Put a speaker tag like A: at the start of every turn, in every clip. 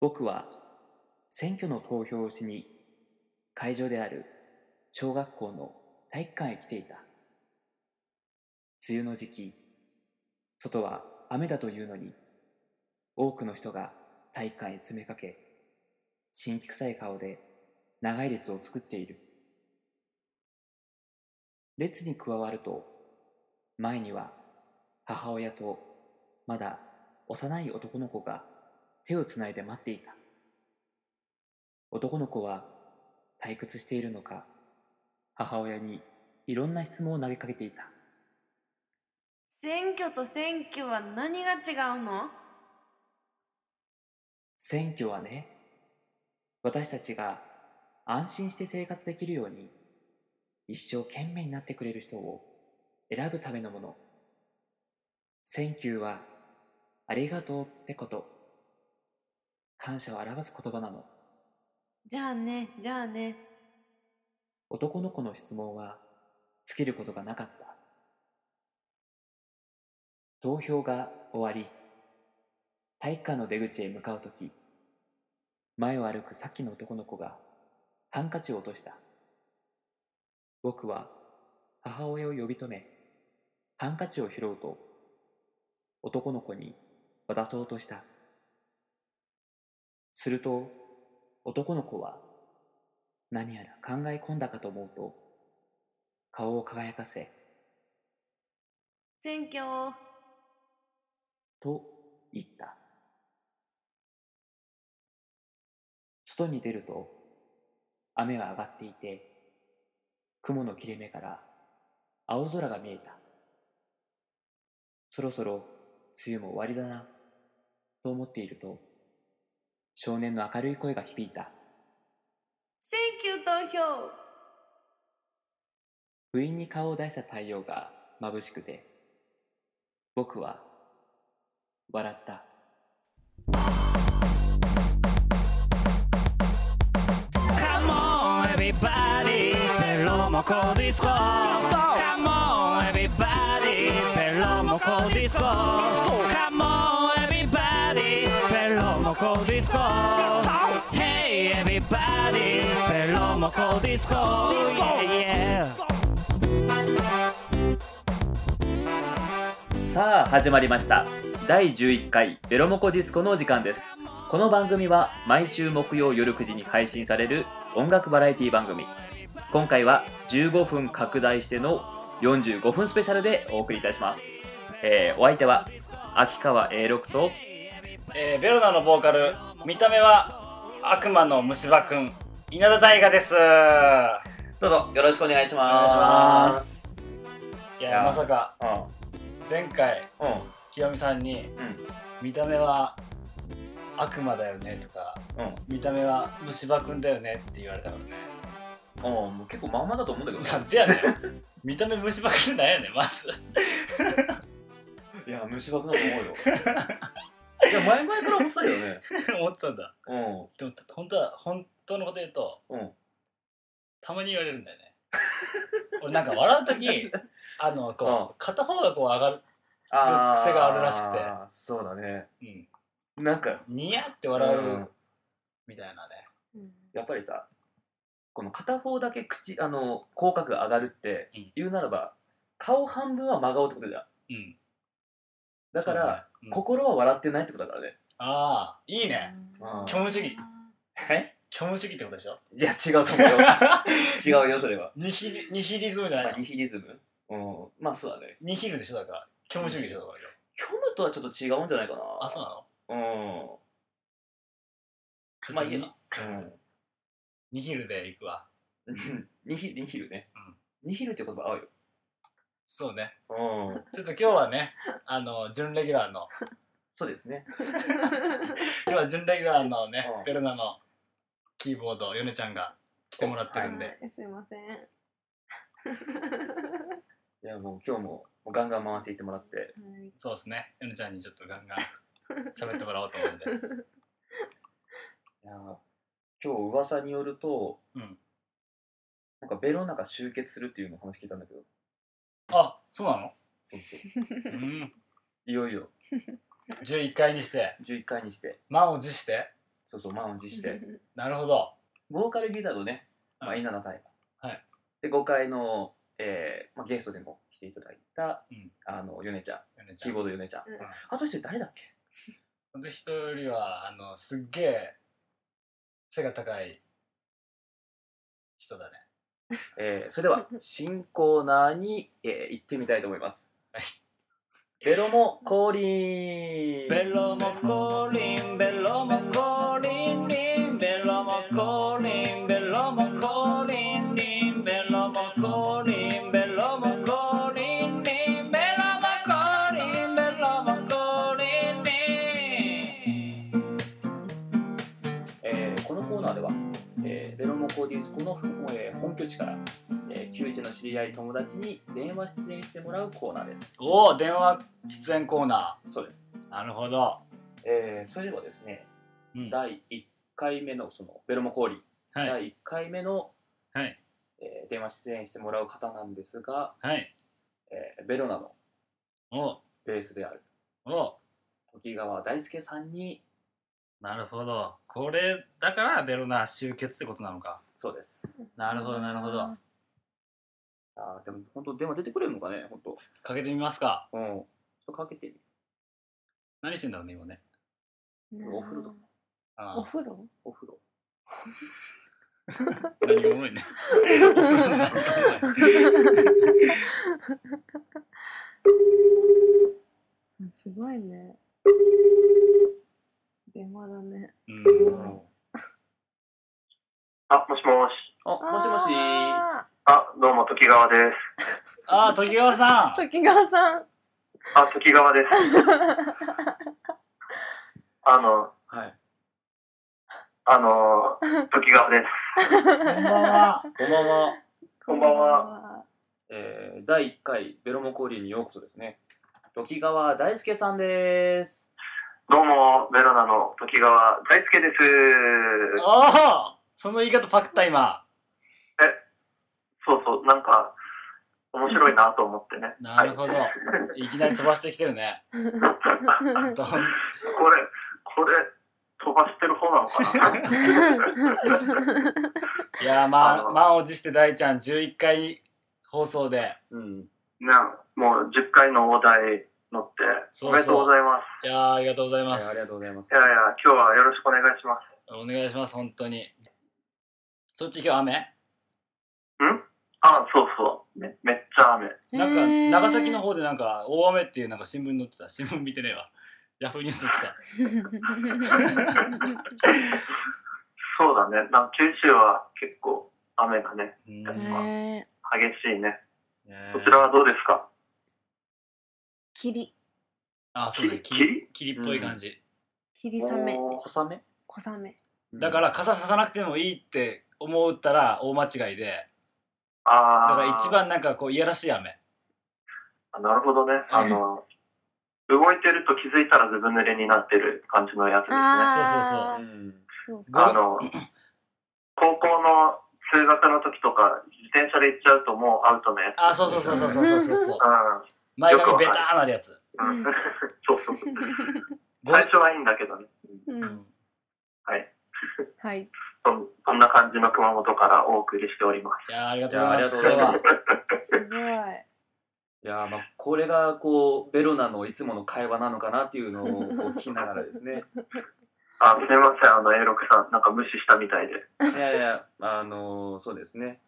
A: 僕は選挙の投票をしに会場である小学校の体育館へ来ていた梅雨の時期外は雨だというのに多くの人が体育館へ詰めかけ新規臭い顔で長い列を作っている列に加わると前には母親とまだ幼い男の子が手をつないで待っていた男の子は退屈しているのか母親にいろんな質問を投げかけていた
B: 選挙と選挙は何が違うの
A: 選挙はね私たちが安心して生活できるように一生懸命になってくれる人を選ぶためのもの選挙はありがとうってこと感謝を表す言葉なの
B: じゃあねじゃあね
A: 男の子の質問は尽きることがなかった投票が終わり体育館の出口へ向かう時前を歩くさっきの男の子がハンカチを落とした僕は母親を呼び止めハンカチを拾うと男の子に渡そうとしたすると男の子は何やら考え込んだかと思うと顔を輝かせ
B: 選挙を
A: と言った外に出ると雨は上がっていて雲の切れ目から青空が見えたそろそろ梅雨も終わりだなと思っていると少年の明るい声が響いた
B: 選挙投票
A: 不意に顔を出した太陽が眩しくて僕は笑った
C: Come on, everybody, Pelomo Disco. Come on, everybody, Pelomo Disco. Come on, everybody, Pelomo Disco. Hey, everybody, Pelomo Disco. Yeah, yeah.
D: さあ始まりました第11回ベロモコディスコのお時間ですこの番組は毎週木曜夜9時に配信される音楽バラエティ番組今回は15分拡大しての45分スペシャルでお送りいたします、えーお相手は秋川 A6 と
E: えーベロナのボーカル見た目は悪魔の虫歯くん稲田大我ですお願
D: どうぞよろしくお願いし
E: いし
D: ま
E: ますすいやまさか
D: うん
E: 前回
D: うん
E: 清美さんに、見た目は悪魔だよね」とか
D: うん
E: 「見た目は虫歯くんだよね」って言われたからね
D: うんもう結構まんまだと思うんだけどね
E: なんでやねん見た目虫歯くんなんやねんまず
D: いや虫歯だと思うよ いや前々から思ってたよね
E: 思ったんだ
D: うん
E: でも本当は本当のこと言うと、
D: うん
E: たまに言われるんだよね俺なんか笑 う時あのこう、片方がこう上がる
D: あー
E: 癖があるらしくて
D: そうだね
E: うん
D: なんか
E: ニヤって笑
D: う
E: うんみたいなね、
D: やっぱりさこの片方だけ口あの口角が上がるって
E: うん
D: 言うならば、顔半分は真顔ってことじゃん
E: うん、
D: だから
E: そうね、うん
D: 心は笑ってないってことだからね、
E: ああいいね
D: うん
E: 虚無主義
D: え
E: 虚無主義ってことでしょ
D: いや違うと思うよ違うよそれは
E: ニヒリニヒリズムじゃない
D: まあ
E: の
D: ニヒリズムうんまあそうだね
E: ニヒルでしょだから虚無主義でしょだから
D: 虚無とはちょっと違うんじゃないかな
E: あそうなの
D: う
E: ちょっと
D: まあいいや
E: ニニヒルで行くわ
D: ん ニヒニヒルね、
E: うん
D: ニヒルって言葉合うよ
E: そうね
D: うん、
E: ちょっと今日はねあの準レギュラーの
D: そうですね。
E: 今日は準レギュラーのね
D: うん
E: ベルナのキーボードヨネちゃんが来てもらってるんで、
B: はい すいません
D: いや、もう今日ももうガンガン回していってもらって。
B: はい
E: そうですねヨネちゃんにちょっとガンガン喋ってもらおうと思うんで
D: いやー今日噂によると、
E: うん
D: なんかベロナが集結するっていうのを話聞いたんだけど、
E: あそうなの
D: そうそう
E: うん
D: いよいよ
E: 11回にして
D: 11回にして、
E: 満を持して
A: そうそう満を持して
E: なるほど。
A: ボーカルギターとね、まあ、
E: うん
A: 稲田大我、
E: はい
A: で5回の、えーまあ、ゲストでも来ていただいた、
E: うん
A: あのヨネちゃんキー
E: ー
A: ボードヨネちゃん、
B: うん
A: あと一人誰だっけ
E: ド。で、一人よりは、あの、すっげえ、背が高い人だね。
A: えーそれでは新コーナーに、えー行ってみたいと思います、
E: はい
A: ベロモ降臨
F: ベロもコリンベロもコリンリンベロもコリンベロもコリンリンベロもコリンベロもコリンリンベロもコリンベロもコリンリン
A: えーこのコーナーでは、えーベロモコディスコの、えー本拠地から、えー、旧知の知り合い友達に電話出演してもらうコーナーです
E: おお、電話出演コーナ
A: そうです、
E: ー。なるほど。
A: えーそれではですね
E: うん
A: 第1回目のそのベロモコーリン、
E: はい。
A: 第1回目の、
E: はい
A: えー電話出演してもらう方なんですが、
E: はい。
A: えーベロナの
E: おう
A: ベースである
E: おう
A: 時川大輔さんに
E: なるほど。これ、だからベロナ集結ってことなのか。
A: そうです
E: なるほど、なるほど。
A: あーでも本当電話出てくれるのかね本当
E: かけてみますか。
A: うんちょっとかけてみる
E: 何してんだろうね、今ね。
B: うん
A: お風呂とか
E: あ
B: お
E: あ
B: 風呂
A: お風呂
E: 何が重いね。
B: うんすごいね電話だね
E: うん。
G: あ、もしもし。
A: あもしもし
B: あ
G: あ、どうも、時川です。
E: ああ、時川さ
B: ー
E: ん。
B: 時川さん
G: あ、時川です。あの、
A: はい
G: あの、時川です。
E: こんばんは。
A: こんばんは、
G: こんばんは
A: えー第1回ベロモコーリンにようこそですね時川大輔さんです
G: どうも、ベロナの時川大輔です。
E: ああその言い方パクった今。
G: そうそう、なんか、面白いなと思ってね。
E: なるほど
G: はい、。
E: いきなり飛ばしてきてるね。 どん
G: これ、これ、飛ばしてる方なのかな
E: いやー、
G: あ
E: まあ、
G: の
E: 満を持して大ちゃん11回放送で。
A: うん
G: ね、もう10回の大台乗って、
E: そうそう
G: おめでとうございます。
E: いやー、ありがとうござい
A: えー
E: ます
A: あり。がとうございます
G: いやいや、今日はよろしくお願いします。
E: お願いします、本当に。そっち今日雨
G: あ、そうそう。めめっちゃ雨。
E: なんか、
B: へー
E: 長崎の方でなんか、大雨っていうなんか新聞に載ってた。新聞見てねえわ。ヤフーニュース載ってた。
G: そうだね。なんか九州は結構雨がね、
E: うん
G: やっぱ
B: ねえ
G: 激しいね。
E: ね
G: こちらはどうですか
B: 霧
E: あ、そうだね。
G: 霧
E: 霧霧っぽい感じ。
B: 霧雨
G: おー
A: 小雨
B: 小雨
E: だから、傘ささなくてもいいって思ったら大間違いで。だ
G: あ
E: から
G: ー
E: 一番なんかこう、いやらしい雨。
G: あなるほどね。あの、動いてると気づいたらずぶ濡れになってる感じのやつですね。あ
E: あ
A: うん
B: そうそうそう
E: ー
G: の、高校の通学の時とか、自転車で行っちゃうともうアウトね。
E: あ、そうそうそうそうそうそうそうそう。
G: う
E: 前髪ベターなるやつ。
G: ん。うんそうそう。
E: ご
G: 最初はいいんだけどね。
B: う
E: うんん
G: はい。
B: はい
G: そんそんな感じの熊本からお送りしております。
E: いやーありがとうございます。
A: い
E: 今
A: やー
E: 日
A: ありがと
E: は
A: う。
B: すごい
A: いやーまあこれがこうベロナのいつもの会話なのかなっていうのをこう聞きながらです ね
G: あ、すいません。あの、A6 さん、なんか無視したみたいで。
A: いやいやあのーそうですね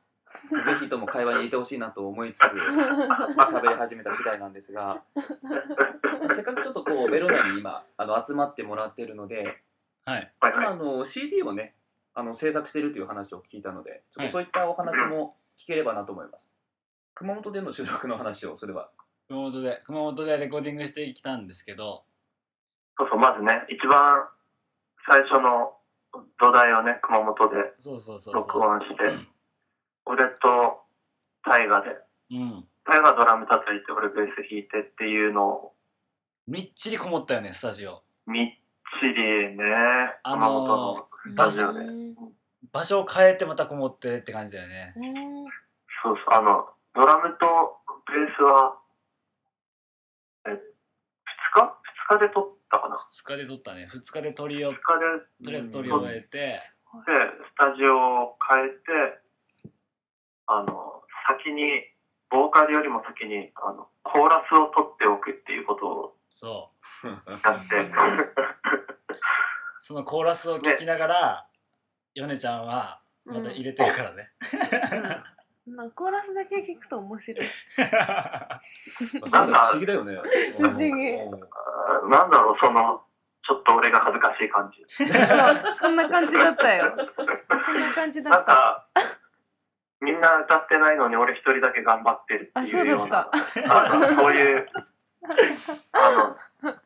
A: ぜひとも会話にいてほしいなと思いつつ喋り始めた次第なんですがせっかくちょっとこうベロナに今あの集まってもらってるので
E: はい。
G: はいはい
A: 今あの CD をねあの制作してるという話を聞いたのでちょっ
E: はい
A: とそういったお話も聞ければなと思います、熊本での収録の話をそれは
E: 熊本で、熊本でレコーディングしてきたんですけど、
G: そうそう、まずね、一番最初の土台をね、熊本で
E: そうそうそう
G: 録
E: そ
G: 音して、俺と大河で、
E: う。うん。
G: 大河ドラム叩いて、俺ベース弾いてっていうのを、
E: みっちりこもったよね、スタジオ。
G: みっちりね、
E: あ
G: 熊
E: のー
G: 本のスタジオで。
B: ね
E: 場所を変えてまたこもってって感じだよね。
G: そうそう、あの、ドラムとベースは、え、2日 ?2 日で撮っったかな。
E: 2日で撮ったね2日で撮りよ
G: 2
E: と
G: 日で
E: りあえず撮り終えて、
G: で、スタジオを変えて、あの、先に、ボーカルよりも先に、あの、コーラスを取っておくっていうことを
E: そ
G: や って、
E: うそのコーラスを聞きながら、ヨネちゃんはまた入れてるからね、
B: うんなんかコーラスだけ聞くと面 白い。
A: まあそうだよ不思議だよね。
B: 不思議
A: うん
G: あなんだろう、その、ちょっと俺が恥ずかしい感じ。
B: そう、そんな感じだったよ。そんな感じだ
G: なん
B: った。
G: か、みんな歌ってないのに俺一人だけ頑張ってるっていうような、あのそういう、 あ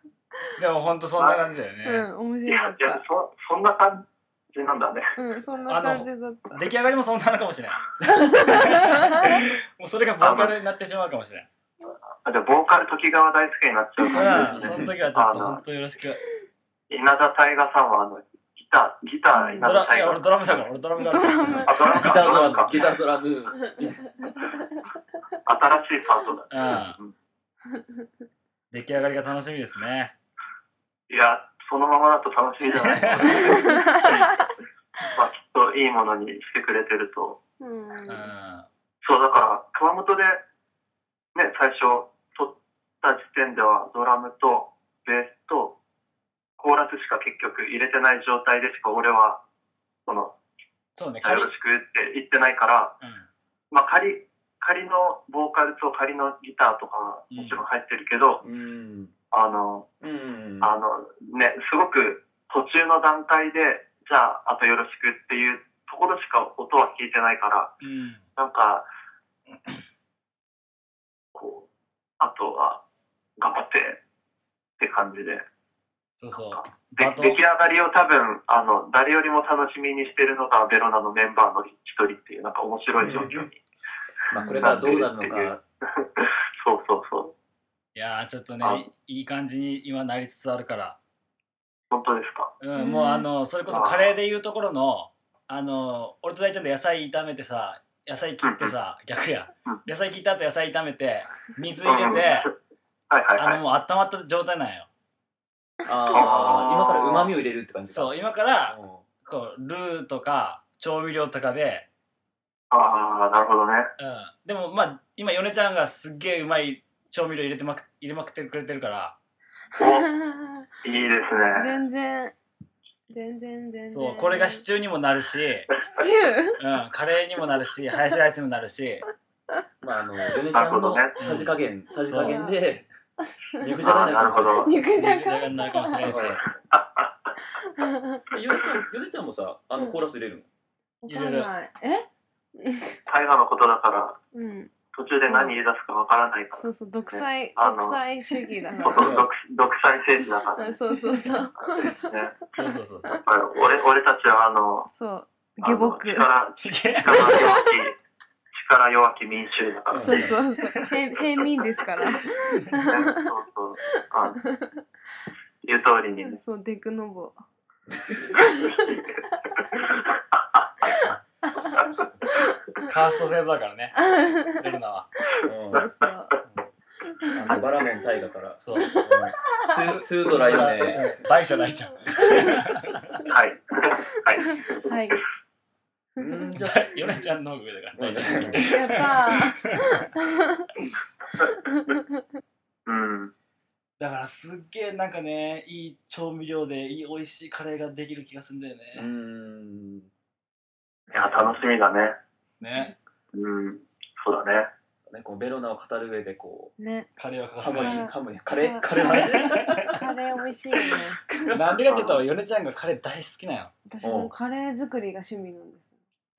E: でもほんとそんな感じだよね、
B: うん、面
G: の、い
B: 白か
G: や、
B: っ
G: いやそ、そんな感じなんだね。
B: た。うん、そんな感じだっ
E: 出来上がりもそんなのかもしれない
B: た。
E: もうそれがボーカルになってしまうかもしれ
G: あじゃあ、ボーカル時川大輔になっちゃう
E: な
G: か
E: い、
G: ら
E: うん、その時はちょっとほんとよろしく
G: 稲田大我さんはあのギター、ギター稲
E: ド
G: 田
E: ラい
G: 大
E: や
G: 我
E: 俺。ドラムだから俺ドラムだか
B: ドラ
E: ら
B: ム。
G: あ、ドラム
A: ギ
G: か、
A: タ
G: ド
A: ード
G: ラム
A: ラ
G: か
A: ム、。ギタードラム。
G: 新しいパートだ。
E: うん出来上がりが楽しみですね
G: いや、そのままだと楽しみじ ゃないまあ、きっといいものにしてくれてると。
B: うん。
E: うん
G: そう、だから、熊本で、ね、最初、撮った時点では、ドラムと、ベースと、コーラスしか結局入れてない状態でしか、俺は、その、
E: そうね
G: よ
E: 仮、う
G: ろ
E: ん、
G: しくって言ってないから、まあ、仮仮のボーカルと仮のギターとかはもちろん入ってるけど、
A: うん。
G: あの、
A: うん。
G: あのね、すごく途中の段階で、じゃあ、あとよろしくっていうところしか音は聞いてないから、
E: うん
G: なんか、こう、あとは頑張ってって感じで。
E: そうそう
G: で
E: あと
G: 出来上がりを多分、あの、誰よりも楽しみにしてるのがベロナのメンバーの一人っていう、なんか面白い状況に。
A: まあこれからどうなるのか。
G: そうそうそう。
E: いやーちょっと
G: あ
E: ねいい感じに今なりつつあるから
G: 本当ですか。
E: うん、
B: うん
E: もうあのそれこそカレーでいうところのあの俺と大ちゃんで野菜炒めてさ野菜切ってさ逆や
G: うん
E: 野菜切った後野菜炒めて水入れて
G: はいはいはい
E: あ。のもう温まった状態なんよ
A: ああ、今から旨味を入れるって感じだ。
E: そう今からこうルーとか調味料とかで、
G: ああ、なるほどね。
E: うん、でもまあ今米ちゃんがすっげえうまい調味料入れてまく入れまくってくれてるから
G: いいですね。
B: 全然。全然全然。
E: そうこれがシチューにもなるし、
B: シチュー
E: うん、カレーにもなるしハヤシライスにもなるし
A: まああの、ヨネちゃんのさじ加減、さじ加減で、肉じゃがになるかもしれない。
B: 肉じゃ
E: 肉じゃ
B: が。
E: がになるかもしれないし
A: ヨネちゃん、ヨネちゃんもさ、あの、コーラス入れるの
B: わかんない。え
G: 大河のことだから、
B: うん。
G: 途中で何言い出すかわからないから。
B: そうそう、独裁、
G: あの
B: 独裁主義だ
G: そう
B: か。
G: そう独独裁政治だから らね。
B: そうそうそう。
G: ね
E: そうそうそう そう
G: やっぱり俺俺たちはあの、
B: そう。
G: あ
B: 下
G: の
B: 僕。
G: 力力弱き、 力弱き民衆だからね。
B: そうそうそう。平平民ですから。
G: そうそう。あの言う通りにね。
B: そう、デクノボ。
E: カースト制度だからねベルナは
B: そうそう。
A: あの、バラモン大河 から。
E: そう
A: スードラヨネ。
E: バイシャ大ちゃん
G: はい。はい。
B: はい。
A: うん、じゃ
E: ヨネちゃんの方が上だから大ちゃん
A: あ、
B: やった
G: うん。
E: だからすっげえなんかねいい調味料でいい美味しいカレーができる気がするんだよ
A: う
E: ね、
A: ん。
G: いや、楽しみだね。
E: ね
G: うん。そうだね。
A: ね、こうベロナを語る上でこ
B: ー。ね。
E: カレーは欠
A: うハ
E: かせ
A: ム
E: な
A: に
E: い
A: ハムにカレーカレーの味
B: カレー美味しいよね。
E: なんでかっていうとヨネちゃんがカレー大好きなんよ
B: 私もカレー作りが趣味なんで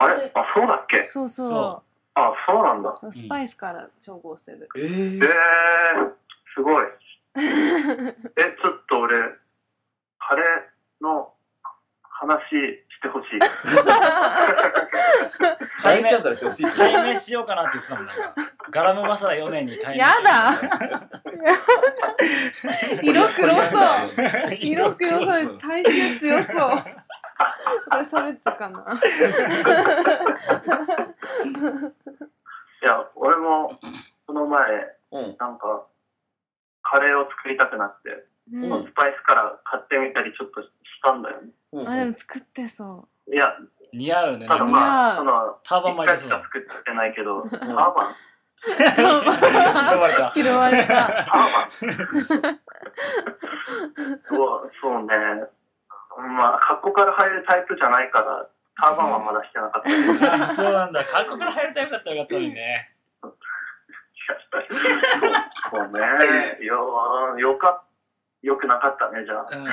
G: あれあ、そうだっけ
B: す。そうそ。
E: そう
G: あ、そうなんだ。
B: スパイスから調合する。
A: えー
G: えー、すごい。え、ちょっと俺、カレーの話してほしい。
A: カレーちゃんからしてほしい
E: 解明しようかなって言ってたもんなんかガラムマサラヨネに解明
B: やだ 色黒そう色黒そうです体臭強そう これ差別か な
G: いや、俺も、この前、
A: うん
G: なんか、カレーを作りたくなって、
B: う
G: の
B: ん
G: スパイスから買ってみたりちょっとしたんだよね。
A: うん
B: あでも作って そ
G: いや、
E: 似合うね。
G: ただまあ、その、
E: ターバン
G: 一
E: 巻い
G: 回
E: て
G: し
E: そう
G: か。作ってないけど、アー
A: うん
G: バン、
B: う拾
E: われ
B: われ
E: た。
B: た
G: アーバン。そう、そうね。まあ、格好から入るタイプじゃないから、ターバンはまだしてなかったけど。
E: あそうなんだ。韓国に入るタイプだったらよかったのにね。
G: そうね。よ、よか、よくなかったね、じゃあ。
E: うん。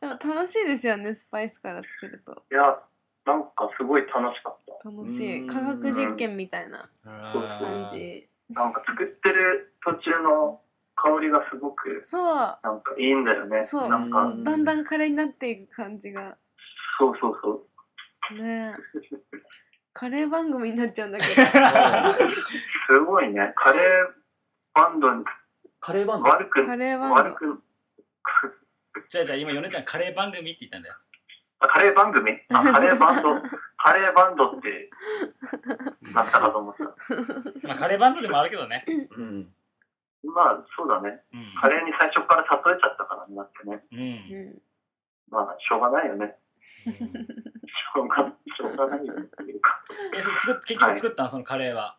B: でも楽しいですよねスパイスから作ると
G: いや、なんかすごい楽しかった。
B: 楽し
A: うん
B: い科学実験みたいな感
E: うん
B: じ
G: なんか作ってる途中の香りがすごく、
B: そう
G: なんかいいんだよね。
B: そう
G: なんか、
B: だんだんカレーになっていく感じが
G: そうそうそう。
B: ねえカレー番組になっちゃうんだけ ど
G: すごいね。カレーバンドに
A: カレーバンド
G: 悪く、
B: カレー番
G: 悪
B: 組
G: く、
E: じゃあじゃあ今、ヨネちゃんカレー番組って言ったんだよ。
G: あカレー番組 あ、カレーバンド。カレーバンドってなったかと思った。
E: まあ、カレーバンドでもあるけどね。
A: うん
G: まあ、そうだね。カレーに最初から例えちゃったからになってね。
E: うん。うん。
B: うん
G: まあ、しょうがないよね。しょうが、しょうがないよねっていうか。
E: え、それ作っ結局作ったのそのカレーは。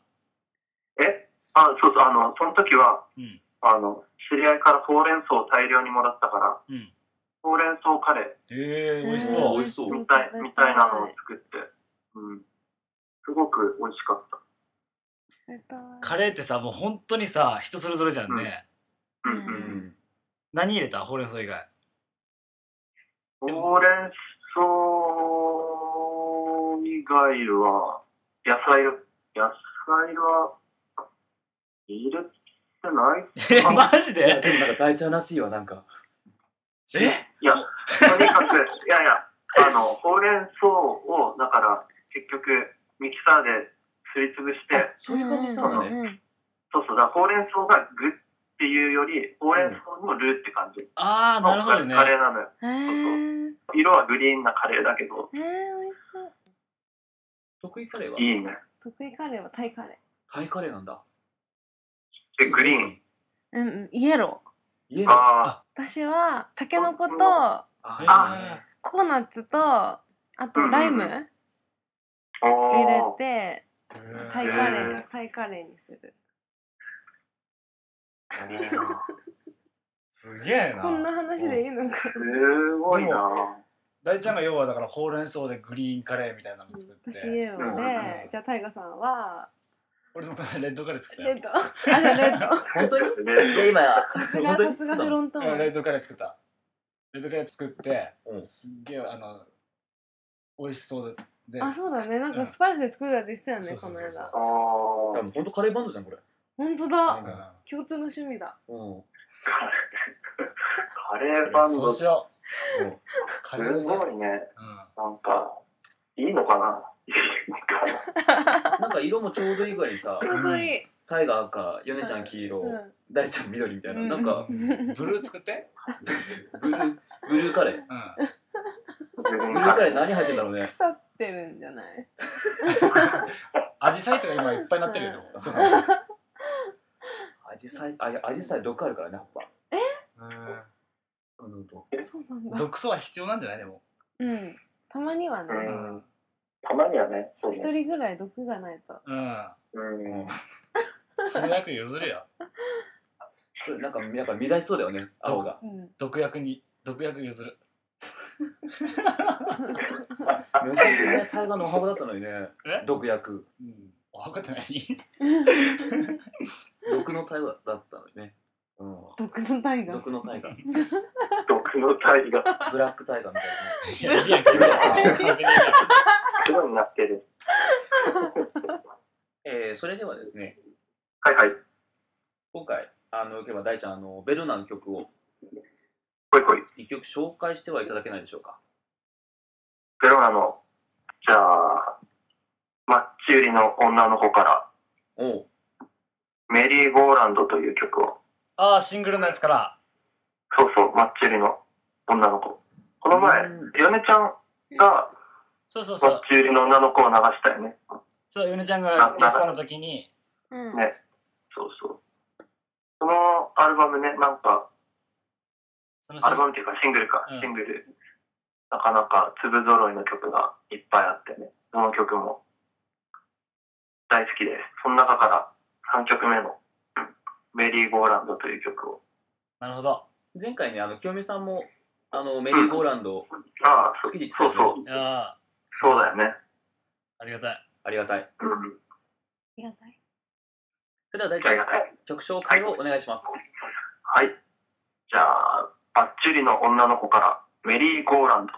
G: えあ、そうそう、あの、その時は、
E: うん。
G: あの、知り合いからほうれん草を大量にもらったから、
E: うん。
G: ほうれん草カレ
E: えー、美味し
A: うん
E: そう。
A: 美味しそう
G: ーみたい、みたいなのを作って、うん。すごく美味しかった。
E: カレーってさ、もう本当にさ、人それぞれじゃんね。
G: うん
A: う
G: うん。
A: ん
E: 何入れたほうれん草以外。
G: ほうれん草以外は、野菜を、野菜は、入れてない
E: え、 マジ
A: いや
E: で
A: でもなんか大ちゃんらしいわなんか
E: え
G: いや、とにかく、いやいや、あの、ほうれん草を、だから、結局、ミキサーですりつぶして、
A: そういう感じにしたんだね
B: ね
G: そうそう、だからほうれん草が具っていうより、ほうれん草のルーって感じ。
E: あー、なるほどね。
G: カレーなのよ。
B: へえー、
G: 色はグリーンなカレーだけど、
B: えー、美味しそう
A: 得意カレーはい
G: いね。
B: 得意カレーはタイカレ
A: タイカレーなんだ
G: え、グリーン。
B: ーうんうんイエロー
A: 家の
G: あ
B: 私はタケノコと
A: あ
B: ココナッツとあと
G: うんうんうん
B: ライム
G: あ、お
B: 入れ
G: ー。
B: てタイ
G: へ
B: カレ
G: ー
B: ータイカレーにする
G: いいな
E: すげえ
B: こんな
E: な。
B: 話でいいのか
G: すごいな
E: 大ちゃんが要はだからほうれん草でグリーンカレーみたいなの作っ
B: 私
E: て。
B: イエローでじゃあタイガさんは
E: 俺もこの間レッドカレー作った
B: レ
E: よ
B: ッ。ドあじゃあレッド
A: 本当にい
G: で、
A: や今
B: さす
A: 本
B: が
A: 当に
B: さすがフロントマ
E: うんレッ
B: ン
E: ドカレー作った。レッドカレー作って、
A: うん
E: すっげえ、あの、美味しそうで。
B: あそうだねなん
E: う
B: か
E: ん
B: スパイスで作るだって言ってたよ
E: そ
B: ね
E: うそ
B: こ
E: う
B: の
E: そうそ
B: 間
E: う
G: お
A: いや
G: ー
A: もう本当カレーバンドじゃんこれ
B: 本当
E: う
B: だ
E: ん
B: 共通の趣味だ
A: うん
G: カレーバン
E: そ
G: ド、
E: う
G: す
E: しよう。
A: うん
E: カレーね
G: ごいね。
E: うん
G: なんか、いいのかないいのかな
A: なんか色もちょうどいいぐらいにさ
B: ちょうどいい
A: タイガー赤ヨネちゃん黄色
B: うん
A: 大ちゃん緑みたいな
B: うん
A: なんか
E: ブルー作って。
A: ブルーブルーカレー
E: うん。
G: グリー
A: ブ
G: ン
A: ル
G: カ
A: ーカ
G: レ
A: レ
G: ー
A: ー何入ってんだろうね
B: 腐ってるんじゃない
E: アジサイとか今いっぱいなってるよ。
A: うん
E: そうそうそう
A: アジサイあいやアジサイ毒あるからねやっぱうんと
B: そうなんだ
E: 毒素は必要なんじゃないでも。
B: うんたまにはね
G: うん
E: うん。
G: たまにはね、そう
B: 一
G: ね。
B: 人ぐらい毒がないと
E: うん。
G: うん。
E: その役譲るよ。
A: それなんかなんか乱しそうだよね青が
B: うん
E: 毒薬に。毒薬譲る。
A: 昔ねタイガーのお箱だったのにね
E: え
A: 毒薬
E: うん。分かって ない。
A: 毒のタイガーだったのにねう
B: 毒のタイ
A: ん
B: ガー
A: 毒のタイガー
G: 毒の体が
A: ブラックタイガーみたいなね
E: いや、いいや、君はそっちの完全にいいや
G: すごいなってる。
A: えーそれではですね
G: はいはい。
A: 今回あのよければ大ちゃんあのベルナの曲を
G: ほいほい。
A: 一曲紹介してはいただけないでしょうか
G: ベロナの、じゃあ、マッチ売りの女の子から、
A: おう
G: メリーゴーランドという曲を。
E: ああ、シングルのやつから。
G: そうそう、マッチ売りの女の子。この前、
A: うん
G: ヨネちゃんが
E: そうそうそ
G: マ
E: う
G: ッ。チ売りの女の子を流したよね。
E: そう、ヨネちゃんがゲストの時に、
B: うん
G: ねそうそう。このアルバムね、なんか、
E: その
G: アルバムっていうかシングルか、
E: うん
G: シングル。なかなか粒揃いの曲がいっぱいあってね、どの曲も大好きです。その中から3曲目のメリーゴーランドという曲を。
E: なるほど。
A: 前回ね、あの、清美さんも、あの、メリーゴーランド、
G: ああ、
A: 好
G: そ
A: きで言ってた
G: そ
A: よ
G: う
A: ね
E: い
G: そう。
E: や
G: そうだよね。
E: ーありがたい。
A: ありがたい。
G: うん。
B: りがたい。
A: それでは大ち
G: あ
A: ゃ
G: り
A: ん
G: が、たい。
A: 曲紹介をお願いします。
G: はい。じゃあ、バッチリの女の子からメリーゴーランド。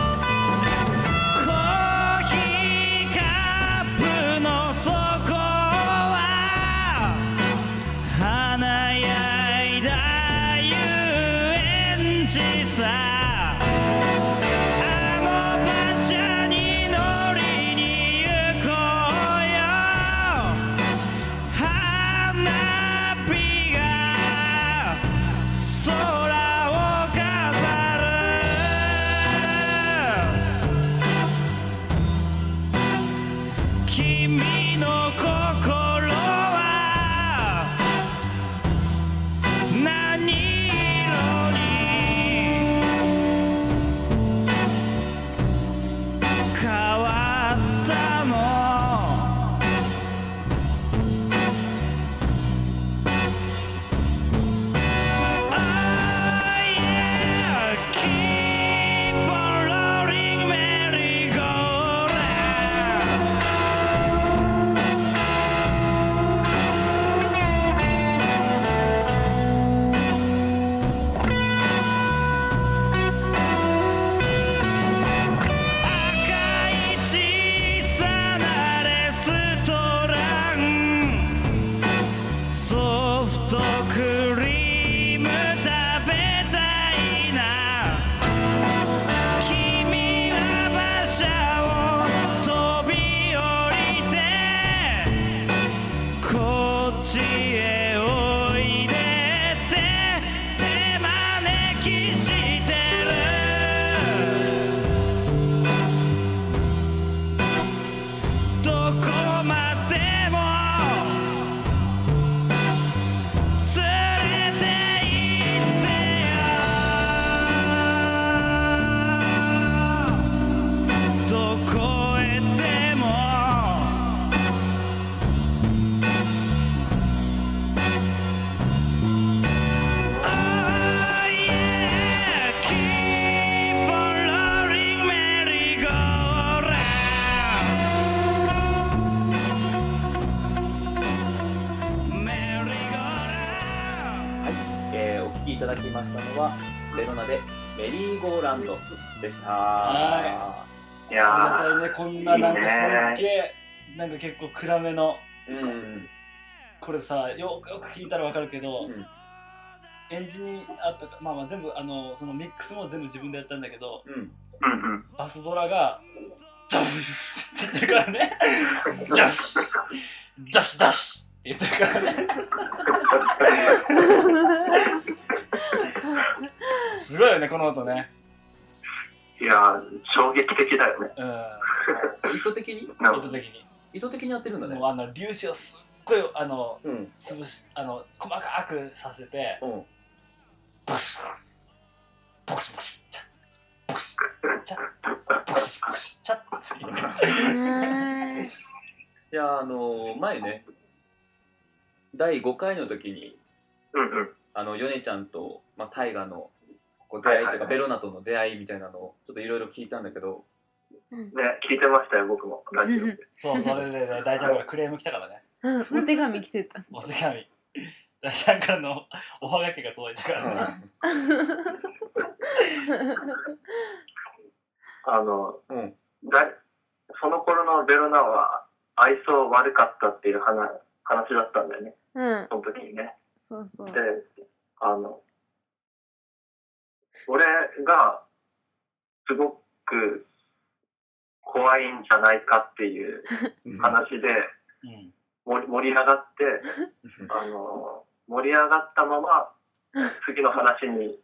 H: コーヒーカップの底は華やいだ遊園地さあの馬車に乗りに行こうよ花火が空を飾る君の心は何色に変わったの「Oh yeah, keep on rolling merry-go-round」赤い小さなレストランソフトクリーム食べたいな君は馬車を飛び降りてこっちへおいでって手招きしてるどこまでも連れて行ってよどこへでも「Oh yeah, keep on rolling merry-go-round」Merry go round.
A: えーお聴きいただきましたのは、ベロナで、メリーゴーランドでした。
E: はいあ
G: や
E: りがたいね、こんななん
G: いい
E: か
G: ね
E: すっげえ、なんか結構暗めの、
A: うん。
E: これさ、よくよく聞いたらわかるけど、
A: うん
E: エンジニアとか、まあまあ全部、あの、そのミックスも全部自分でやったんだけど、
A: うん。
G: ーうんうん。
E: バス空が、ジャフって言ってるから ね、ジャフジャフジャフって言ってるからね、すごいよね、この音ね。
G: いやー、衝撃的だよね。
E: う、
A: そう意図的に
G: なんん
E: 音
G: か
E: 的に。
A: 意図的にやってるんだね
E: もう。あの、粒子をすっごい、あの、
A: うん。
E: 潰し、あの、細かくさせて、
A: うん。
E: ボクシボクシボクシチャボクシチャボクシボクシチャっていう
B: ね
A: いや、あのー前ね、第5回の時に、
G: うんうん。
A: あの、ヨネちゃんと、まあ、タイガのこう出会いと
G: はいいうは
A: か、
G: い
A: ベロナとの出会いみたいなのを、ちょっといろいろ聞いたんだけど、
G: ね、聞いてましたよ、僕も。ラジオで。
E: そうそれでね大ちゃんからクレーム来たからね
B: うんお手紙来てた。
E: お手紙大ちゃんからのおはがきが届いたからね
G: あの、
A: うん
G: だいその頃のベロナは、愛想悪かったっていう話話だったんだよね、
B: うん。
G: その時にね。
B: そうそう
G: で。、あの、俺がすごく怖いんじゃないかっていう話で
E: うん。
G: 盛り盛り上がって、あの、盛り上がったまま次の話に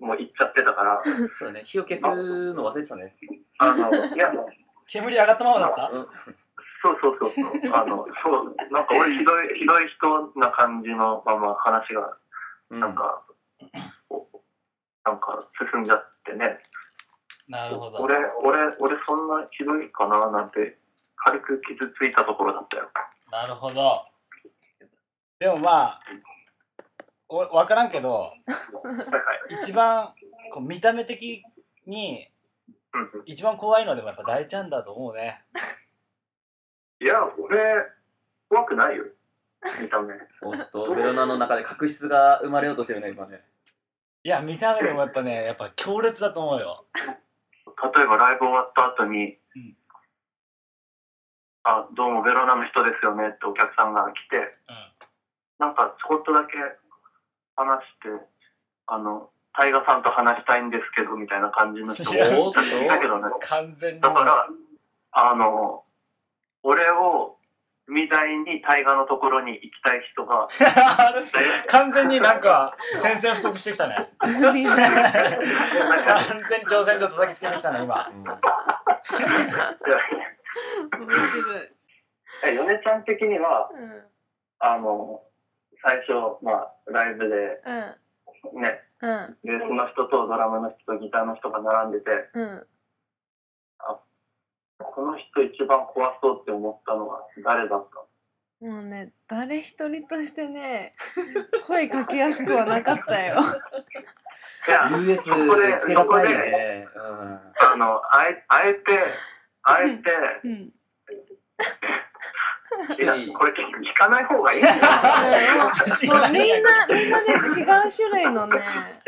G: もう行っちゃってたから、
A: そうだね、火を消すの忘れてたね。
G: あの、いや、
E: 煙上がったままだった
A: うん
G: そうそうそうそう。あの、そう、なんか俺ひどい、ひどい人な感じのまま話が、
A: う
G: なんか、おなんか進んじゃってね。
E: なるほど。
G: 俺、俺、俺そんなひどいかななんて、軽く傷ついたところだったよ。
E: なるほど。でもまあ、おわからんけど、
G: はいはい。
E: 一番こう見た目的に
G: うんうん
E: 一番怖いのでもやっぱ大ちゃんだと思うね。
G: いや、俺、怖くないよ。見た目。
A: おっと、ベロナの中で確執が生まれようとしてるね、今ね。
E: いや、見た目でもやっぱね、やっぱ強烈だと思うよ。
G: 例えばライブ終わった後に、
E: うん
G: あ、どうもベロナの人ですよねってお客さんが来て、
E: うん
G: なんかちょこっとだけ話して、あの、タイガさんと話したいんですけどみたいな感じの人も
E: いや
A: おっと、
G: いたけどね。
E: 完全に。
G: だから、あの、俺を、みたいにタイガのところに行きたい 人が、
E: 完全になんか宣戦布告してきたね。
B: 無理だ。
E: 完全に挑戦状叩きつけてきたね、今。
B: 面白い。
G: え、米ちゃん的には、
B: うん。
G: あの、最初、まあ、ライブで、
B: うん。
G: ね、
B: うん。
G: ベースの人とドラムの人とギターの人が並んでて、
B: うん。
G: この人一番怖そうって思ったのは誰だった
B: もうね、誰一人としてね、声かけやすくはなかったよ。
G: いや、
A: 優越つけがたいね。うん
G: あの、あえ、あえて、あえて、
B: うん。
G: いや
A: 一人、
G: これ聞かない方がいいんだよ。
B: もうみんな、みんなね、違う種類のね、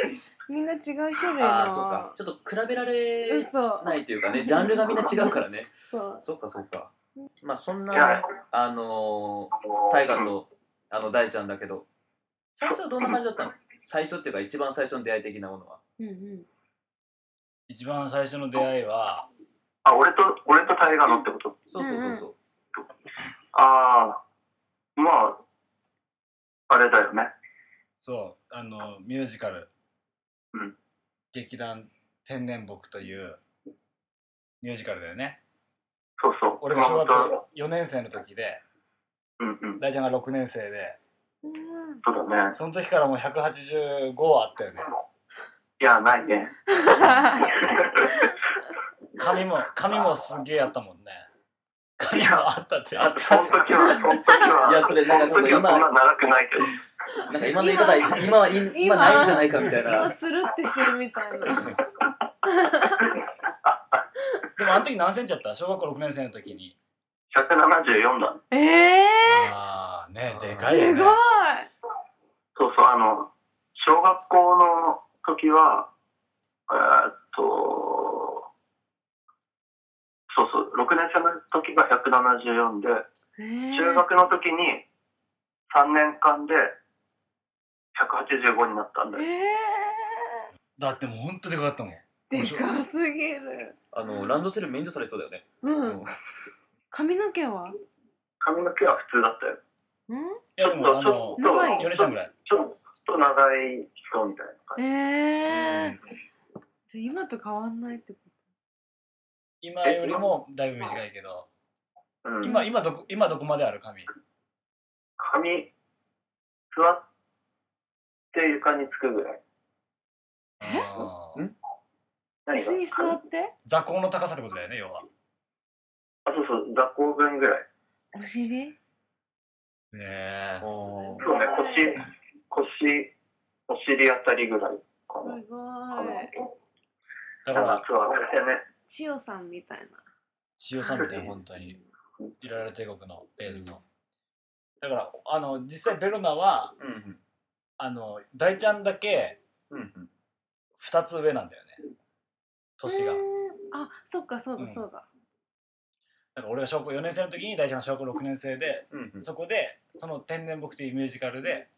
B: みんな違う種類
A: ああ、そうか。
B: の。
A: ちょっと比べられ
B: 嘘。
A: ないというかね、ジャンルがみんな違うからね。
B: そう。
A: そっかそっか。まあそん
G: いや
A: なね、あのー、大河とあの大ちゃんだけど、最初はどんな感じだったの最初っていうか一番最初の出会い的なものは。
B: うんうん。
E: 一番最初の出会いは、
G: あ、俺と、俺とタイガのってこと
A: そうそうそうそう。
G: ああ、まあ、あれだよね。
E: そう、あの、ミュージカル、
G: うん
E: 劇団天然木というミュージカルだよね。
G: そうそう。
E: 俺が小学
G: 熊本
E: 校4年生の時で、
G: うんうん。
E: 大ちゃんが6年生で、
B: うん
G: そうだね。
E: その時からもう185はあったよね。
G: いや、ないね。
E: 髪も、髪もすげえあったもんね。髪もあったって。
A: あっ
G: そ
A: た
G: の時は、その時は、
A: いやそれなんかちょっと今
G: その時はそんな長くないけど。
A: なんか今の言い方、今今はい今
B: 今
A: ないんじゃないかみたい
B: 今
A: な。
B: つるってしてるみたいな。
E: でもあの時何センチだった小学校6年生の時に。
G: 174だ。
B: ええ
E: ああ、ねでか
B: ー、
E: いよ
B: す
E: ね
B: ご。い。
G: そうそう、あの、小学校の時は、えーっと、そうそう、6年生の時が174で、
B: え
G: 中
B: ー、
G: 学の時に3年間で185になったんだよ。
B: え
E: だってもうほんとでかかったもん。
B: ー、でかすぎる。
A: あの、ランドセル免除されそうだよね。
B: うん。髪の毛は
G: 髪の毛は普通だったよ。
B: うん
E: いやで もあ
G: ち
E: の
G: ょっと、
B: 長い
E: ヨネちゃんぐらい。
G: ちょっと長い人みたいな感じ。
B: えー、じゃあ今と変わんないってこ
E: 今よりもだいぶ短いけど。
G: うん、
E: 今、今どこ、今どこまである髪
G: 髪、座って床につくぐらい。
E: あー
B: と
G: 何
B: 椅子に座
G: が
B: って
E: 座高の高さってことだよね、要は。
G: あ、そうそう、座高分ぐらい。
B: お尻
E: ねえ
A: うんおー
G: そうね、腰
B: す、
G: 腰、お尻あたりぐらいか
B: ご
G: な。
B: い。
E: だか
G: だから
E: ら、、
G: そう、あれだね。
B: 千代さんみたい
E: 千代さんみたいな、本当に。いろいろ帝国のベースの。だから、あの、実際ベロナは、
A: うん
E: あの、大ちゃんだけ
A: うん。うんうん。
E: 2つ上なんだよね。
B: な。
E: 年が
B: えー。あ、そっかそう
E: う
B: だ
E: ん
B: そうだ。
E: なんか俺が小学校4年生の時に大ちゃんが小学校6年生で
A: うんうん、
E: そこでその「天然僕」というミュージカルで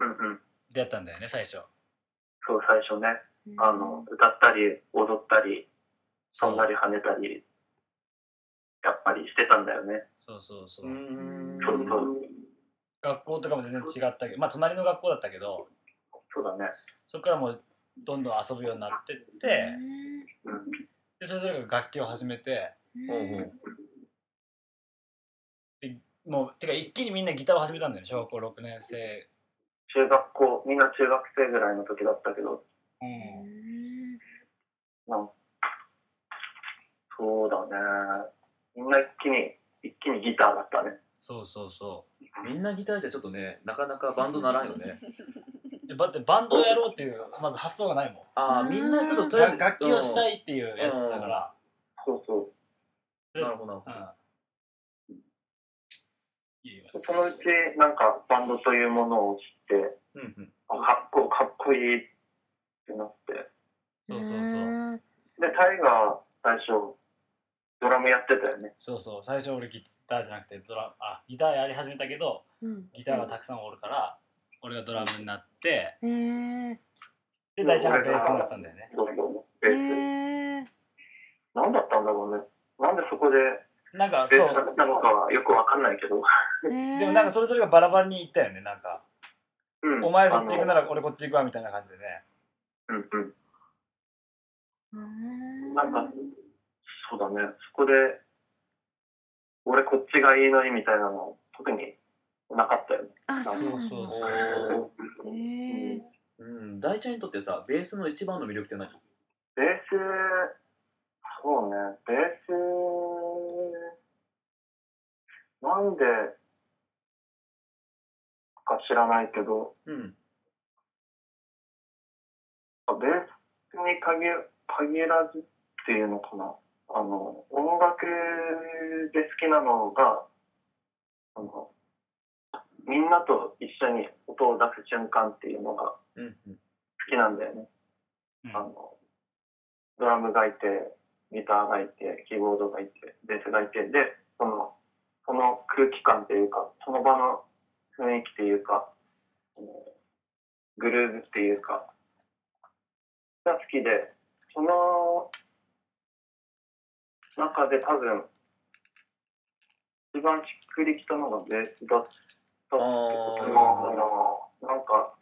G: うんうん。
E: 出会ったんだよね最初
G: そう、最初ね、あの、歌ったり、踊ったり、
E: そ
G: 飛
E: うん
G: だり跳ねたり、やっぱりしてたんだよね。
E: そうそうそうう、
A: ん
G: そうそう。
E: 学校とかも全然違ったけどまあ隣の学校だったけど
G: そうだね。
E: そこからもうどんどん遊ぶようになってってでそれぞれが楽器を始めて
A: うんうん
E: もうてか一気にみんなギターを始めたんだよね小学校6年生、
G: 中学校、みんな中学生ぐらいの時だったけど、
E: うん、
G: なんそうだね。みんな一気に、一気にギターだったね。
E: そうそうそ
A: みんなギターじゃちょっとねなかなかバンドならんよね
E: うでだってバンドをやろうっていうまず発想がないもん
A: ああみんなちょっととりあえ
E: 楽
A: ず
E: 楽器をした
A: い、
E: いっていうやつだから、
G: そうそう。
A: うんなるほどなるほど
E: うんいいよ
G: そのうち、なんか、バンドというものを知って、
A: うんうん
G: あかっこ、かっこいいってなって。
E: そうそうそう
G: で、タイが最初、ドラムやってたよね。
E: そうそう最初俺ギターじゃなくてドラあギターやり始めたけど
B: うん。
E: ギターがたくさんおるから、俺がドラムになって
B: えー、
E: で大ちゃんがベースになったんだよね
G: そうそう。
B: え
G: ベース。
B: ー、
G: 何だったんだろうね。なんでそこで
E: なんかそ
G: ベース
E: う
G: なのかはよくわかんないけど。
E: でもなんか
B: そ
E: それぞれがバラバラに行ったよねなんか、
G: うん
E: お前そっち行くな
G: ら。
E: ら俺こっち行くわみたいな感じでね
G: うんうん。
B: な
G: なんか、そうだね、そこで、俺こっちがいいのにみたいなの、特になかったよね。
B: あそうなんだ
E: そうそう
A: そ
E: そうう
B: えー、
A: うん大ちゃんにとってさベースの一番の魅力って何
G: ベース、そうね、ベース、なんでか知らないけど、
A: うん
G: ベースに限限らずっていうのかな。あの、音楽で好きなのが、あの、みんなと一緒に音を出す瞬間っていうのが好
A: うんうん
G: きなんだよね。
E: うん
G: あの、ドラムがいて、ギターがいて、キーボードがいて、ベースがいて、で、その、その空気感というか、その場の雰囲気というか、あのグルーヴっていうか、が好きで、その中で多分、一番しっくりきたのがベースだったってことなのかな。なんか、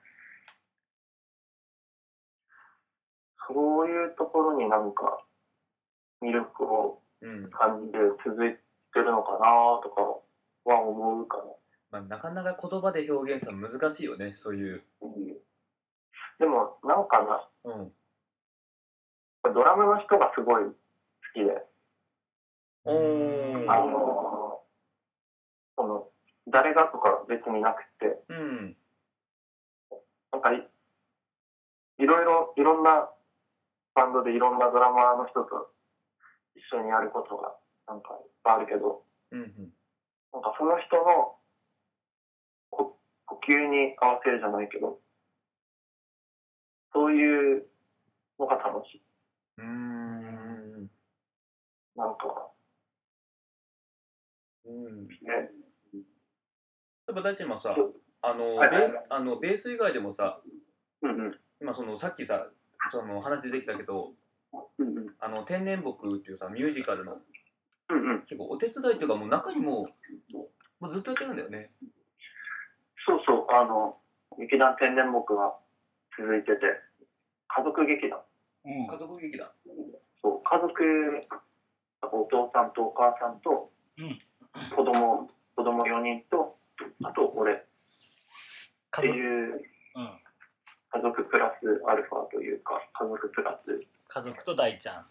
G: そういうところになんか魅力を
A: うん
G: 感じて続いてるのかなとかは思うかな。
A: まあ、なかなか言葉で表現するの難しいよねそういう
G: うんでもなんかな、
A: うん
G: ドラムの人がすごい好きで、
A: おー
G: あの、その、誰がとか別になくて、
A: うん
G: なんかい、いろいろ、いろんなバンドでいろんなドラマーの人と一緒にやることがなんかいっぱいあるけど、
A: うんうん
G: なんかその人のこ呼吸に合わせるじゃないけど、そういうのが楽しい。
A: うーん
G: なんか、
A: うん
G: ね。
A: 例えば大ちゃん今さ
G: そう
A: あの
G: はいはい
A: ベースあのベース以外でもさ
G: うんうん。
A: 今そのさっきさその話出てきたけど
G: うんうん。
A: あの天然木っていうさミュージカルの
G: うんうん。
A: 結構お手伝いっていうかもう中にもうもうずっとやってるんだよね
G: そうそう、あの、劇団天然木は続いてて、家族劇団。
E: うん
A: 家族劇だ
G: そう、家族、お父さんとお母さんと
E: うん、
G: 子供、子供4人と、あと俺っ
E: 家
G: て
E: 族
G: い
E: う
G: う
E: ん
G: 家族プラスアルファというか、家族プラス
E: 家族と大ちゃん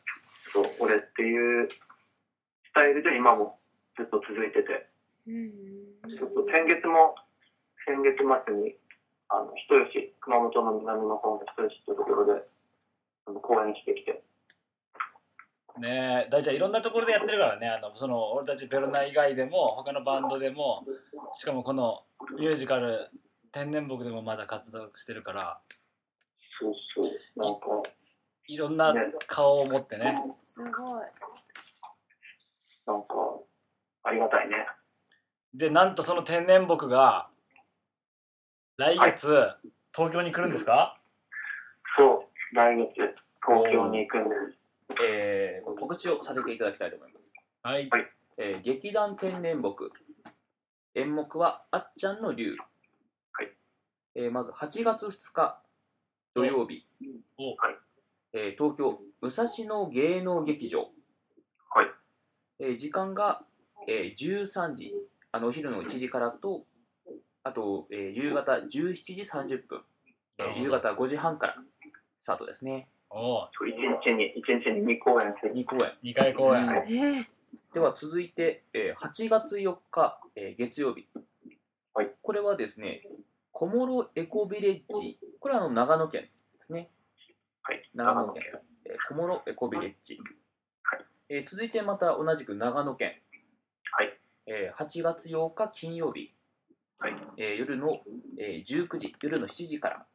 G: そう、俺っていうスタイルで今もずっと続いてて、ちょっと先月も、先月末に、あの、人吉、熊本の南の方の人吉ってところで、あの公演してきて、
E: ねえ大ちゃんいろんなところでやってるからねあのその俺たちベロナ以外でも他のバンドでもしかもこのミュージカル「天然木」でもまだ活動してるから
G: そうそう、なんか、
E: いろんな
G: ね
E: 顔を持ってね
B: すごい。
G: なんか、ありがたいね。
E: でなんとその天然木が来月、東京に来るんですか
G: そう、来月、東京に行くんです。
A: えー、告知をさせていただきたいと思います。
E: はい
A: えー劇団天然木演目は「あっちゃんの竜」
G: はい
A: えーまず8月2日土曜日、
E: おお
G: はい
A: えー東京武蔵野芸能劇場、
G: はい
A: えー時間が、えー13時あのお昼の1時からとあと、えー夕方17時30分、え
E: なるほ
A: ー
E: ど
A: 夕方5時半からスタートですね
E: お
G: 一日に、一日に二公演する。
A: 2公演
E: 2回公演、
B: えー、
A: では続いて、えー8月4日、えー月曜日、
G: はい
A: これはですね小諸エコビレッジこれはあの長野県ですね
G: はい。
A: 長野県。えー小諸エコビレッジ、えー続いてまた同じく長野県、
G: はい
A: えー8月8日金曜日、
G: はい
A: えー夜の、えー19時夜の7時から、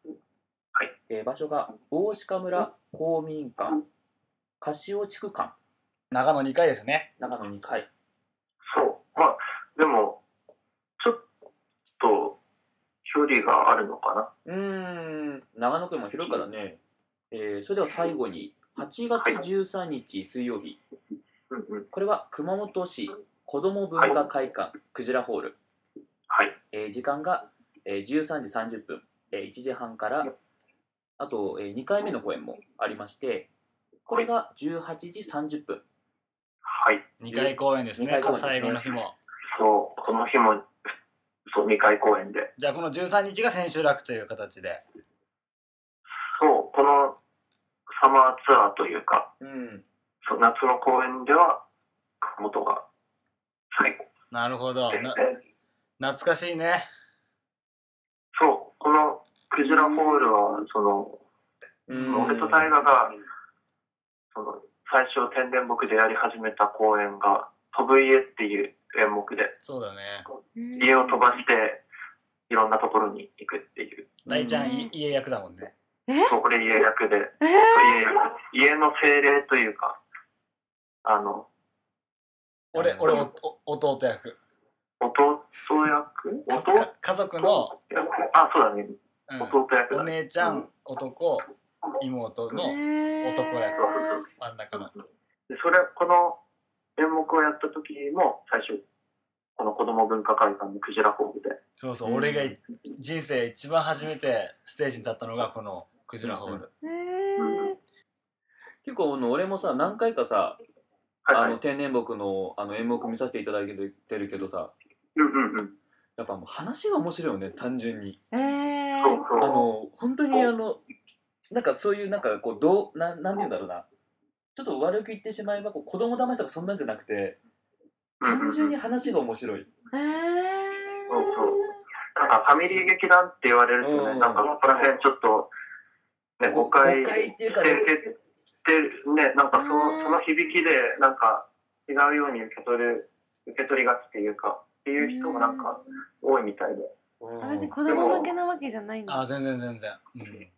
G: はい
A: えー場所が大鹿村公民館柏地区館
E: 長野2回ですね
A: 長野2階
G: そう。まあ、でも、ちょっと、距離があるのかな。
A: うーん、長野県も広いからね。えー、それでは最後に、8月13日水曜日、
G: うんうん。
A: これは熊本市子ども文化会館クジラホール、
G: はい。
A: えー時間が、えー13時30分、えー1時半から、あと、えー2回目の公演もありまして、これが18時30分、
G: はい。
E: 2回公演です
A: 二
E: ね
A: 回公演ですね
E: 最後の日も
G: そう、この日も、そう、2回公演で。
E: じゃあこの13日が千秋楽という形で
G: そう、このサマーツアーというか、
A: うん、
G: そう夏の公演では、熊本が最後
E: なるほど
G: で
E: な
G: すね。
E: 懐かしいね
G: そう、このクジラホールは、その、
A: うん
G: ロケット大河が、その、最初天然木でやり始めた公演が、飛ぶ家っていう演目で、
E: そうだね
G: 家を飛ばして、いろんなところに行くっていう。
E: 大ちゃん
B: うん
E: い家役だもんね
G: そう、これ家役で、
B: えー、
G: 家家の精霊というか、あの、
E: 俺
A: うん
E: 俺おお弟役
G: 弟役
E: か
G: 弟
E: か家族の、
G: 役あ、そうだね。
E: うん
G: 弟役
E: お
G: だね。
E: 姉ちゃん男妹の
B: えー、
E: 男や
G: そうそうそう
E: 真ん中の
G: でそれ、この演目をやった時も、最初、この子供文化会館のクジラホールで、
E: そうそう、俺がい人生一番初めてステージに立ったのがこのクジラホール、
B: え
A: 結構あの俺もさ何回かさ、
G: は
A: あ
G: いは
A: の
G: い。
A: 天然木のあの演目見させていただいてるけどさ
G: うんうんうん。
A: やっぱもう話が面白いよね単純に
B: ー、え
G: そう
B: ー、
G: そ
A: あ
G: う。
A: の本当にあのなんかそういうなんかこうどうななんて言うんだろうなちょっと悪く言ってしまえばこう子供騙しとかそんなんじゃなくて
G: うんうんうん
A: 単純に話が面白い、
B: えー、
G: そうそうなんかファミリー劇団って言われるとね、
A: うん
G: なんかそこら辺ちょっと、ね、
A: ご
G: 誤解
A: 誤解っていうかね
G: ね、てね、なんかそのその響きで、なんか違うように受け取る、受け取りがちっていうか、っていう人もなんか多いみたいで。
B: あ別に子供向けなわけじゃないん
E: あ
B: だ
E: あ全然全然、うん、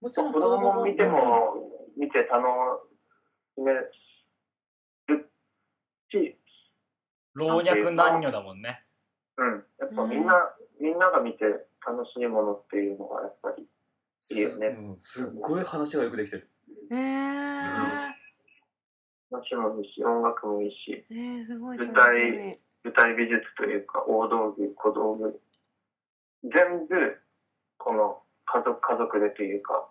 A: もち
G: 子
A: ろん子供
G: 供
A: も
G: を見ても、見て楽しめるし、
E: 老若男女だもんね
G: うん、やっぱみんな、みんなが見て楽しいものっていうのがやっぱりいいよね。
A: うんすっごい話がよくできてる
B: えー、
G: 話もいいし、音楽もいいし。
B: えー、すごい
G: 絶
B: 楽
G: 対
B: しみ
G: 舞台美術というか大道具小道具全部この家族家族でというか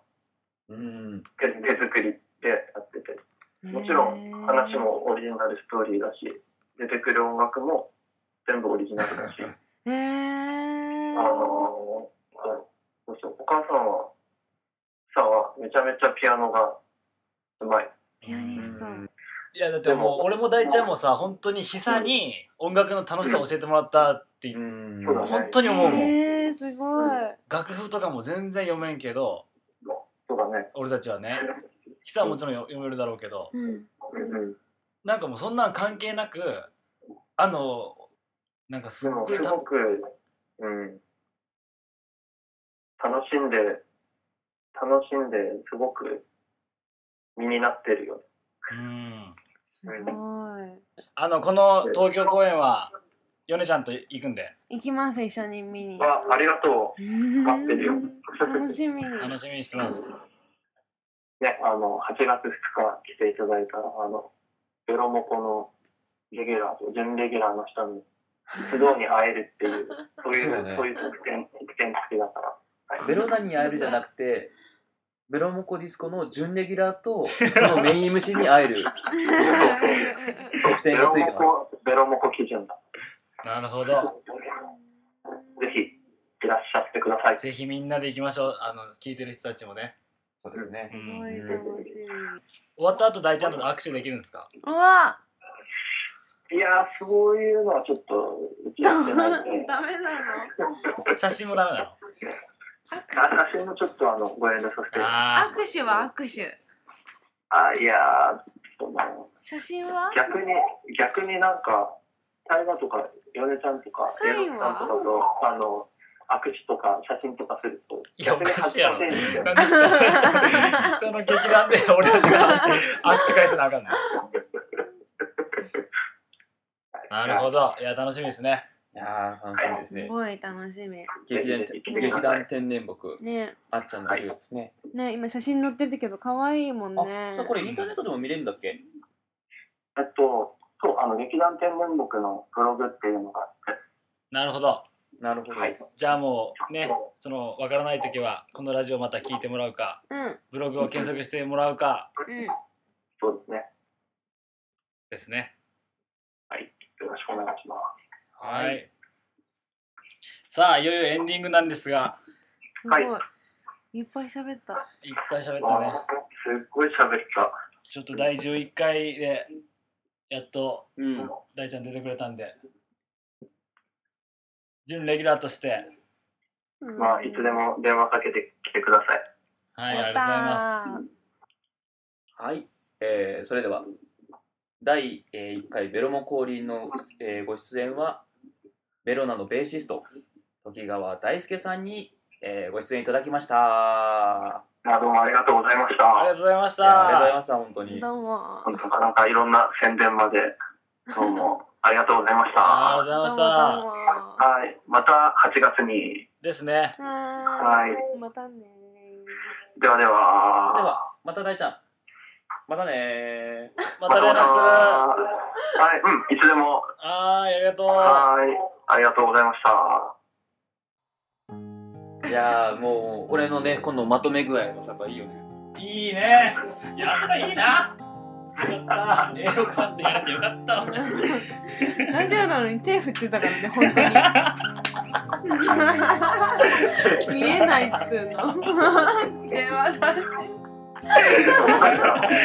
A: うん
G: 手手作りでやっててもちろん話もオリジナルストーリーだし出てくる音楽も全部オリジナルだし
B: え
G: あ
B: ー、
G: のーはいそうそうお母さんはさんはめちゃめちゃピアノがうまい
B: ピアニスト
A: うん
E: いやだってもう俺も大ちゃんもさ本当に久に音楽の楽しさを教えてもらったって言っ
A: うん
G: そうだね
E: 本当に思うもん
B: えー、すごい、
E: 楽譜とかも全然読めんけど
G: そうだね
E: 俺たちはね久はもちろん読めるだろうけど
B: うん、
G: うんうん
E: なんかもうそんなん関係なくあのなんかす
G: で
E: っ
G: も
E: ごい
G: す
E: た
G: ごく、うん、楽しんで楽しんですごく身になってるよ
E: うん
B: すごいは
E: あのこの東京公演はヨネちゃんと行くんで
B: い。行きます、一緒に見に。
G: あありがとう。待ってるよ
B: 楽しみに。
E: 楽しみにしてます
G: ね、あの、8月2日来ていただいた、あの、ベロモコのレギュラー、準レギュラーの人に、一度に会えるって いう、そういう、
E: そ
G: そうう,、
E: ね
G: いう特典、特典付きだから。
A: ベロナに会えるじゃなくて、ベロモコディスコの準レギュラーと、そのメイン MC に会える特
G: ベ
A: 典が
G: ロ
A: ついて
G: モ
A: ま
G: コ、ベロモコ基準だ。
E: なるほど
G: ぜひ、いらっしゃってください。
E: ぜひみんなで行きましょうあの聞いてる人たちもね、
A: す。そうです
E: う
A: ね。
B: すご
E: ん、
B: い楽し
E: 終わった後大ちゃんと握手できるんですか
B: み。うわ
G: いやー、そういうのはちょっと、うちやってないんで。
B: ダメなの
E: 写真もダメなの
G: あ写真もちょっと、あの、ご遠慮させて。あ
E: あ
B: 握手は握手。
G: ー、いやー、その、
B: 写真は
G: 逆に、逆になんか、大河とか、米ちゃんとか、
B: サインは
G: エロさんとかと、あの、握手とか写真とかすると、
E: いや
G: 逆に恥ずかしいんです
E: あ
G: よ
E: なん。で 人人の劇団で俺たちが握手会すなあかん のなるほどいや楽しみですね
A: いやー、楽しみです
B: す
A: ね。
B: ごい楽しみ。
A: 劇団劇団天然木、
B: ね
A: あっちゃんの授業ですね。
B: ね今写真載ってるけど可愛いもんね
A: あ、。そうこれインターネットでも見れるんだっけ
G: えっと、そう、あの、劇団天然木のブログっていうのがあっ
E: なるほど
A: なるほど。
G: て、はい。
E: じゃあもうねそのわからない時はこのラジオまた聞いてもらうか
B: うんうん。
E: ブログを検索してもらうか
G: そうですね。
E: ですね
G: はい。よろしくお願いします。
E: はい、さあいよいよエンディングなんですが
B: すご
G: はいい。
B: いっぱい喋った。
E: いっぱい喋ったね
G: わあすっごい喋った。
E: ちょっと第11回でやっと
A: うん。
E: 大ちゃん出てくれたんで準レギュラーとして
G: まあ、いつでも電話かけてきてください。
E: はいあ
B: や
E: り
B: った
E: がとうございます
B: ー。
A: はい、えーそれでは第、え1回ベロモ降臨の、えーご出演はベロナのベーシスト時川大輔さんに、えーご出演いただきました
G: まあ、どうもありがとうございまし
E: ありが
G: た。
E: とうございまし
A: いやありがとうござい
E: た
A: ました本当に
B: どうも。
G: 本当なんかいろんな宣伝まで、どうもありがとうございました。
E: ありが
B: どう
E: とうご
B: も
E: ざいま
B: どうも。
E: した
G: はい。また8月に。
E: ですね
B: はーい。またね
G: ではで
A: で
G: は。
A: はまた大ちゃんまたねー
E: また連絡するは
G: はい、うん、いつでも。
E: いありがとう
G: はい。ありがとうございました。
A: いやーもう俺のね今度まとめ具合もさやっぱいいよね
E: いいね。やったいいな。よかった。英国さんとやれてよかった。
B: ー。ラジオなのに手振ってたからね、本当に。見えないっつうの。電話だし。
A: 手を胸を振っ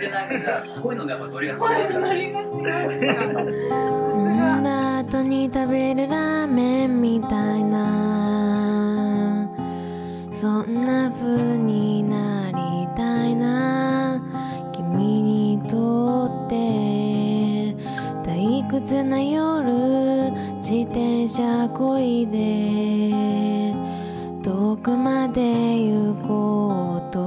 A: てないからこういうのがやっぱ乗りがち
B: 声のノリが違うから。
I: 飲んだ後に食べるラーメンみたいなそんな風になりたいな君にとって退屈な夜自転車こいで遠くまで行こうと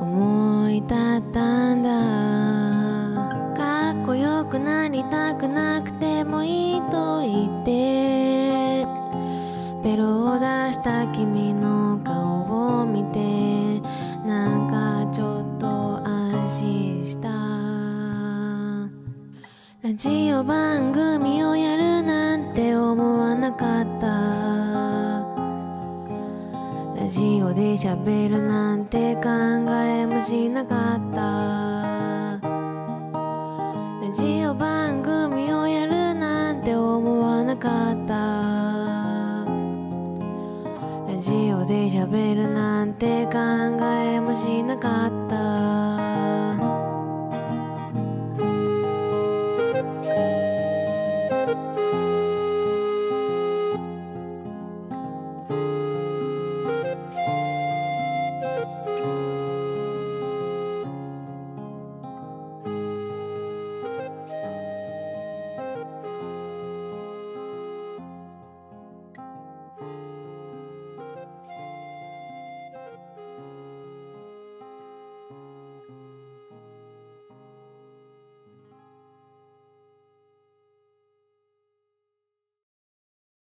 I: 思い立ったんだかっこよくなりたくなくてもいいと言ってベロを出した君の顔を見てなんかちょっと安心したラジオ番組をやるなんて思わなかったラジオで喋るなんて考えもしなかったラジオ番組をやるなんて思わなかったラジオで喋るなんて考えもしなかった